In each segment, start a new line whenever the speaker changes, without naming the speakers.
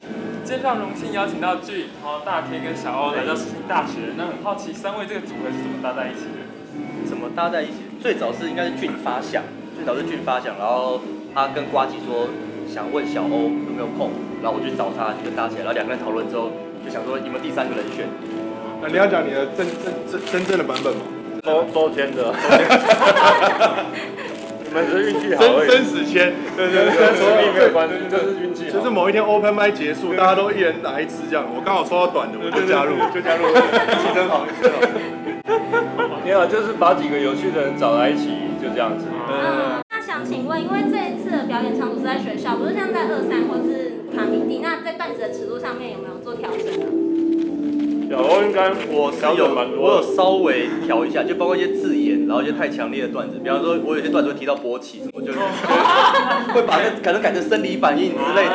今天非常荣幸邀请到剧，然后大 K 跟小欧来到世新大学。那很好奇，三位这个组合是怎么搭在一起的？
怎么搭在一起？最早是应该是俊发想，最早是俊发想，然后他跟瓜吉说想问小欧有没有空，然后我去找他，就跟搭起来，然后两个人讨论之后就想说有没有第三个人选，
那你要讲你的真真真真正的版本吗？
周周签 的，你们只是运气好
真
而已，
真实签，对对
跟实力没有
对。
关系，就是运气
就是
好。
某一天 open mic 结束，大家都一人拿一支这样，我刚好抽到短的，我就加入，就 加入，气真好，气真好。
没有，就是把几个有趣的人找在一起，就这样子。
嗯，那想请问，因为这一次的表演场所是在学校，不是像在二三或是卡米蒂，那在段子的尺度上面有没有做调整呢？
小欧应该
我是
调
有
整蛮
我
多
有
的，
稍微调一下，就包括一些字眼，然后一些太强烈的段子，比方说我有些段子会提到勃起什么，就是
哦
会把那可能改成生理反应之类的，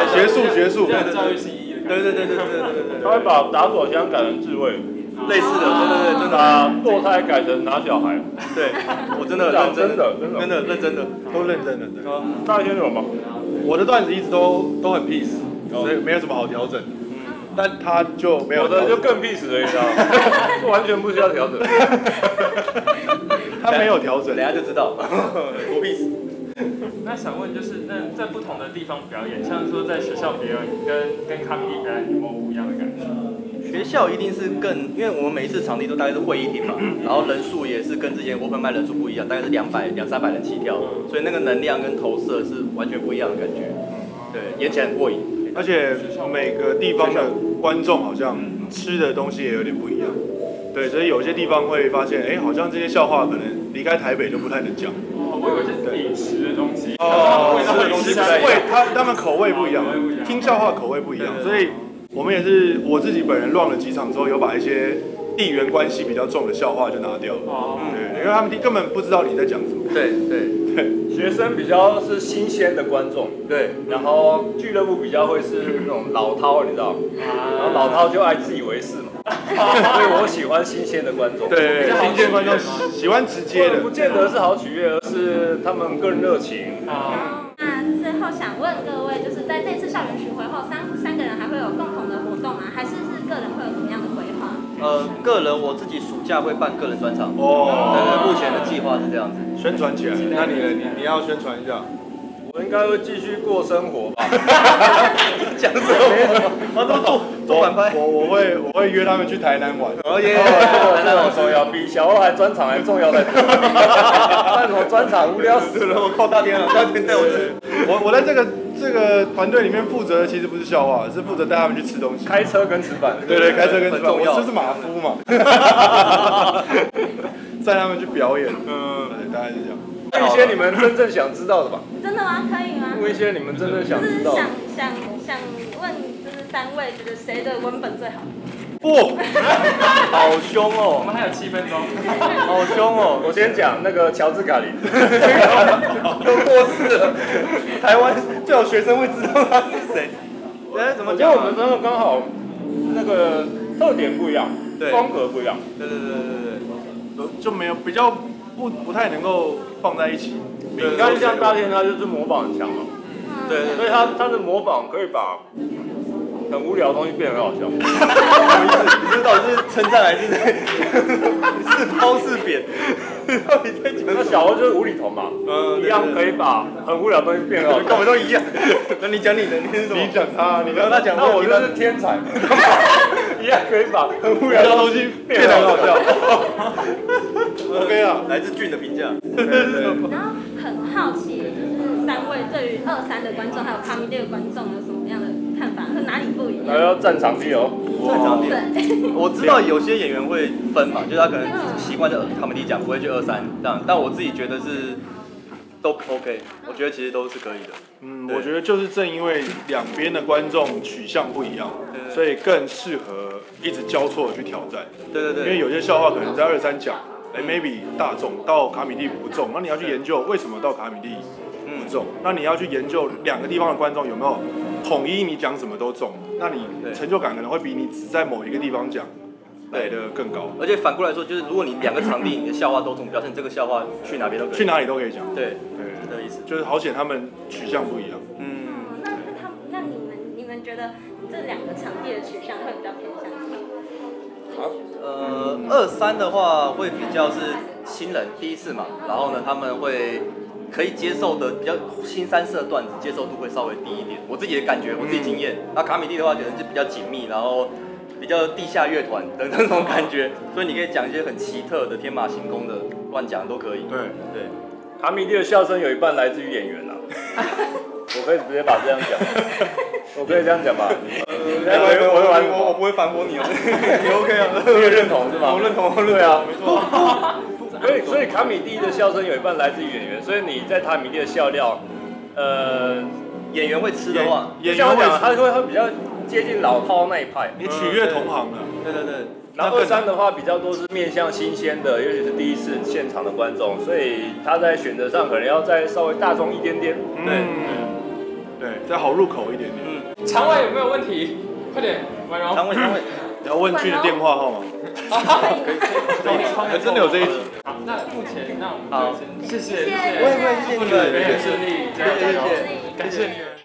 哇，
学术学术
这样有教育性意义的感
对
觉。
对对对对对对对
他会把打手枪改成自卫，
对，类似的，对对对，真的
把
啊，
堕胎改成拿小孩。
对我真的认真
真
的
的真的
真的认真的，
都认真的。对，
大先有吗？
我的段子一直都都很 peace，所以没有什么好调整。但他就没有
有
调整，
的就更 peace 了，你知 道吗？完全不需要调整。
他没有调整
等一。下就知 道，不必死。
那想问就是，那在不同的地方表演，像是说在学校表演跟跟卡米蒂表演有没有不一样的感觉？
学校一定是更，因为我们每一次场地都大概是会议厅嘛，
嗯
然后人数也是跟之前 open mic 人数不一样，大概是两百两三百人起跳，
嗯
所以那个能量跟投射是完全不一样的感觉。
嗯
对，演起来很过瘾。
而且每个地方的观众好像吃的东西也有点不一样，对，所以有些地方会发现，哎、好像这些笑话可能离开台北就不太能讲。
哦，我以为是饮食的东西，味道
吃的
会
东
吃
西不
下
太
来
一样味，他他们口味不一样
口味不一，样
听笑话口味不一样，所以我们也是我自己本人乱了几场之后，有把一些地缘关系比较重的笑话就拿掉了，
哦，
对，因为他们根本不知道你在讲什么。
对对
学生比较是新鲜的观众，
对，
然后俱乐部比较会是那种老饕，你知道吗？然
嗯
后
啊，
老饕就爱自以为是 嘛，所以我喜欢新鲜的观众。
对，
比较好
新鲜观众
取悦吗
喜欢直
接
接
的
的
不，见得是好取悦，而是他们更热情。
啊，
那最后想问各位，就是在这次校园巡回后，三三个人还会有共同的活动吗？还是是个人会有怎么样的规划？
呃，个人我自己暑假会办个人专场，
哦
但是目前的计划是这 样子。
宣传起来。那你呢？你你要宣传一下。
我应该会继续过生活吧。
讲什么？我都做做反派。
我我会我会约他们去台南玩。
哦耶！
这种重 要，比小欧还专场还重要的多。但我专场无聊死
对
了。
了，我靠大天了，大天带我
对
吃。我我在这个这个团队里面负责的其实不是笑话，是负责带他们去吃东西。
开车跟吃饭，
对对，开车跟吃
很
饭，
重要
我就是马夫嘛。 带他们去表演，嗯，对，大概是这样。
问一些你们真正想知道的吧，
真的吗？可以吗？
嗯
问一些你们真正想
就
知
是
道的
想。想想问，就是三位觉得谁的文本最好？
不，
好凶
我
哦，
们还有七分钟，
好凶哦！
我先讲那个乔治卡林，
都过世了，台湾最好学生会知道他是谁。哎，怎么
我觉
讲啊？
得我们真的刚好那个特点不一样，
对
风格不一样。
对对对对对。
都就没有比较不不太能够放在一起。
你看像大天，他就是模仿很强嘛，
嗯，
对对
所以他他的模仿可以把很无聊的东西变得很好笑。
什么意思？你这到底是称赞还是在是褒是贬？到底在讲
那小欧就是无厘头嘛，
嗯
一样可以把很无聊的东西变得很好
跟我
笑。
都一样。那你讲你的，你是什么？
你讲他，你
跟他讲
那我
听他
就是天才，一样可以把很无
不
聊
要
的东
东
西
西变得很好笑。OK 啊，
来自俊的评价。
对对对。
然后很好奇，就是三位对于二三的观众还有卡米列的观众有什么样的看法？和哪里不一
然
样？
后要站场地哦，
再讲你。
对，
我知道有些演员会分嘛，就是他可能习惯在他们 m 讲，不会去二三这样，但我自己觉得是都 OK，我觉得其实都是可以的。
嗯，
对
我觉得就是正因为两边的观众取向不一样
对，对
所以更适合一直交错地去挑战。
对对
因
对，
为有些笑话可能在二三讲，哎，maybe 大众到卡米蒂不中，那你要去研究为什么到卡米蒂
嗯
不中，那你要去研究两个地方的观众有没有统一你讲什么都中，那
对
你成就感可能会比你只在某一个地方讲来的更高。
而且反过来说，就是如果你两个场地你的笑话都中，表示你这个笑话去哪边都可以。
去哪里都可以讲，
对，
对，
这个意思。
就是好险他们取向不一样。
嗯，
嗯那那他们那你们你们觉觉得这两个场地的取向会比较偏向什么？
呃，二三的话会比较是新人第一次嘛，然后呢他们会可以接受的比较新三色段子接受度会稍微低一点，我自己的感觉，我自己经验。那、卡米蒂的话可能就比较紧密，然后比较地下乐团的那种感觉，所以你可以讲一些很奇特的、天马行空的，乱讲都可以。
对，
对，
卡米蒂的笑声有一半来自于演 员呐、啊我可以直接把这样讲，我可以这样讲吧？
哎我
我我我
我我不会反驳 你哦，你 OK 啊？
你也认同是吧？
我认同，我认同
对啊，
没错。
所以所以卡米蒂的笑声有一半来自于演员，所以你在卡米蒂的笑料，呃，
演员会吃的话，
演
像
员
我讲，
会
他会会比较接近老饕那一派。
你取悦同行了，
对对对，
那
然后二
更难
三的话比较多是面向新鲜的，尤其是第一次现场的观众，所以他在选择上可能要再稍微大众一点点。
对
嗯，对，再好入口一点点。
嗯，
肠胃有没有问题？快点，婉容。
肠胃肠胃，
你要问剧的电话号码吗？
可以可以可以。
哎真的有这一集。
好，那目前那我们就先谢谢
谢谢
谢
我也会
祝
谢谢
你表演顺利，加油加油
谢谢
感谢你们。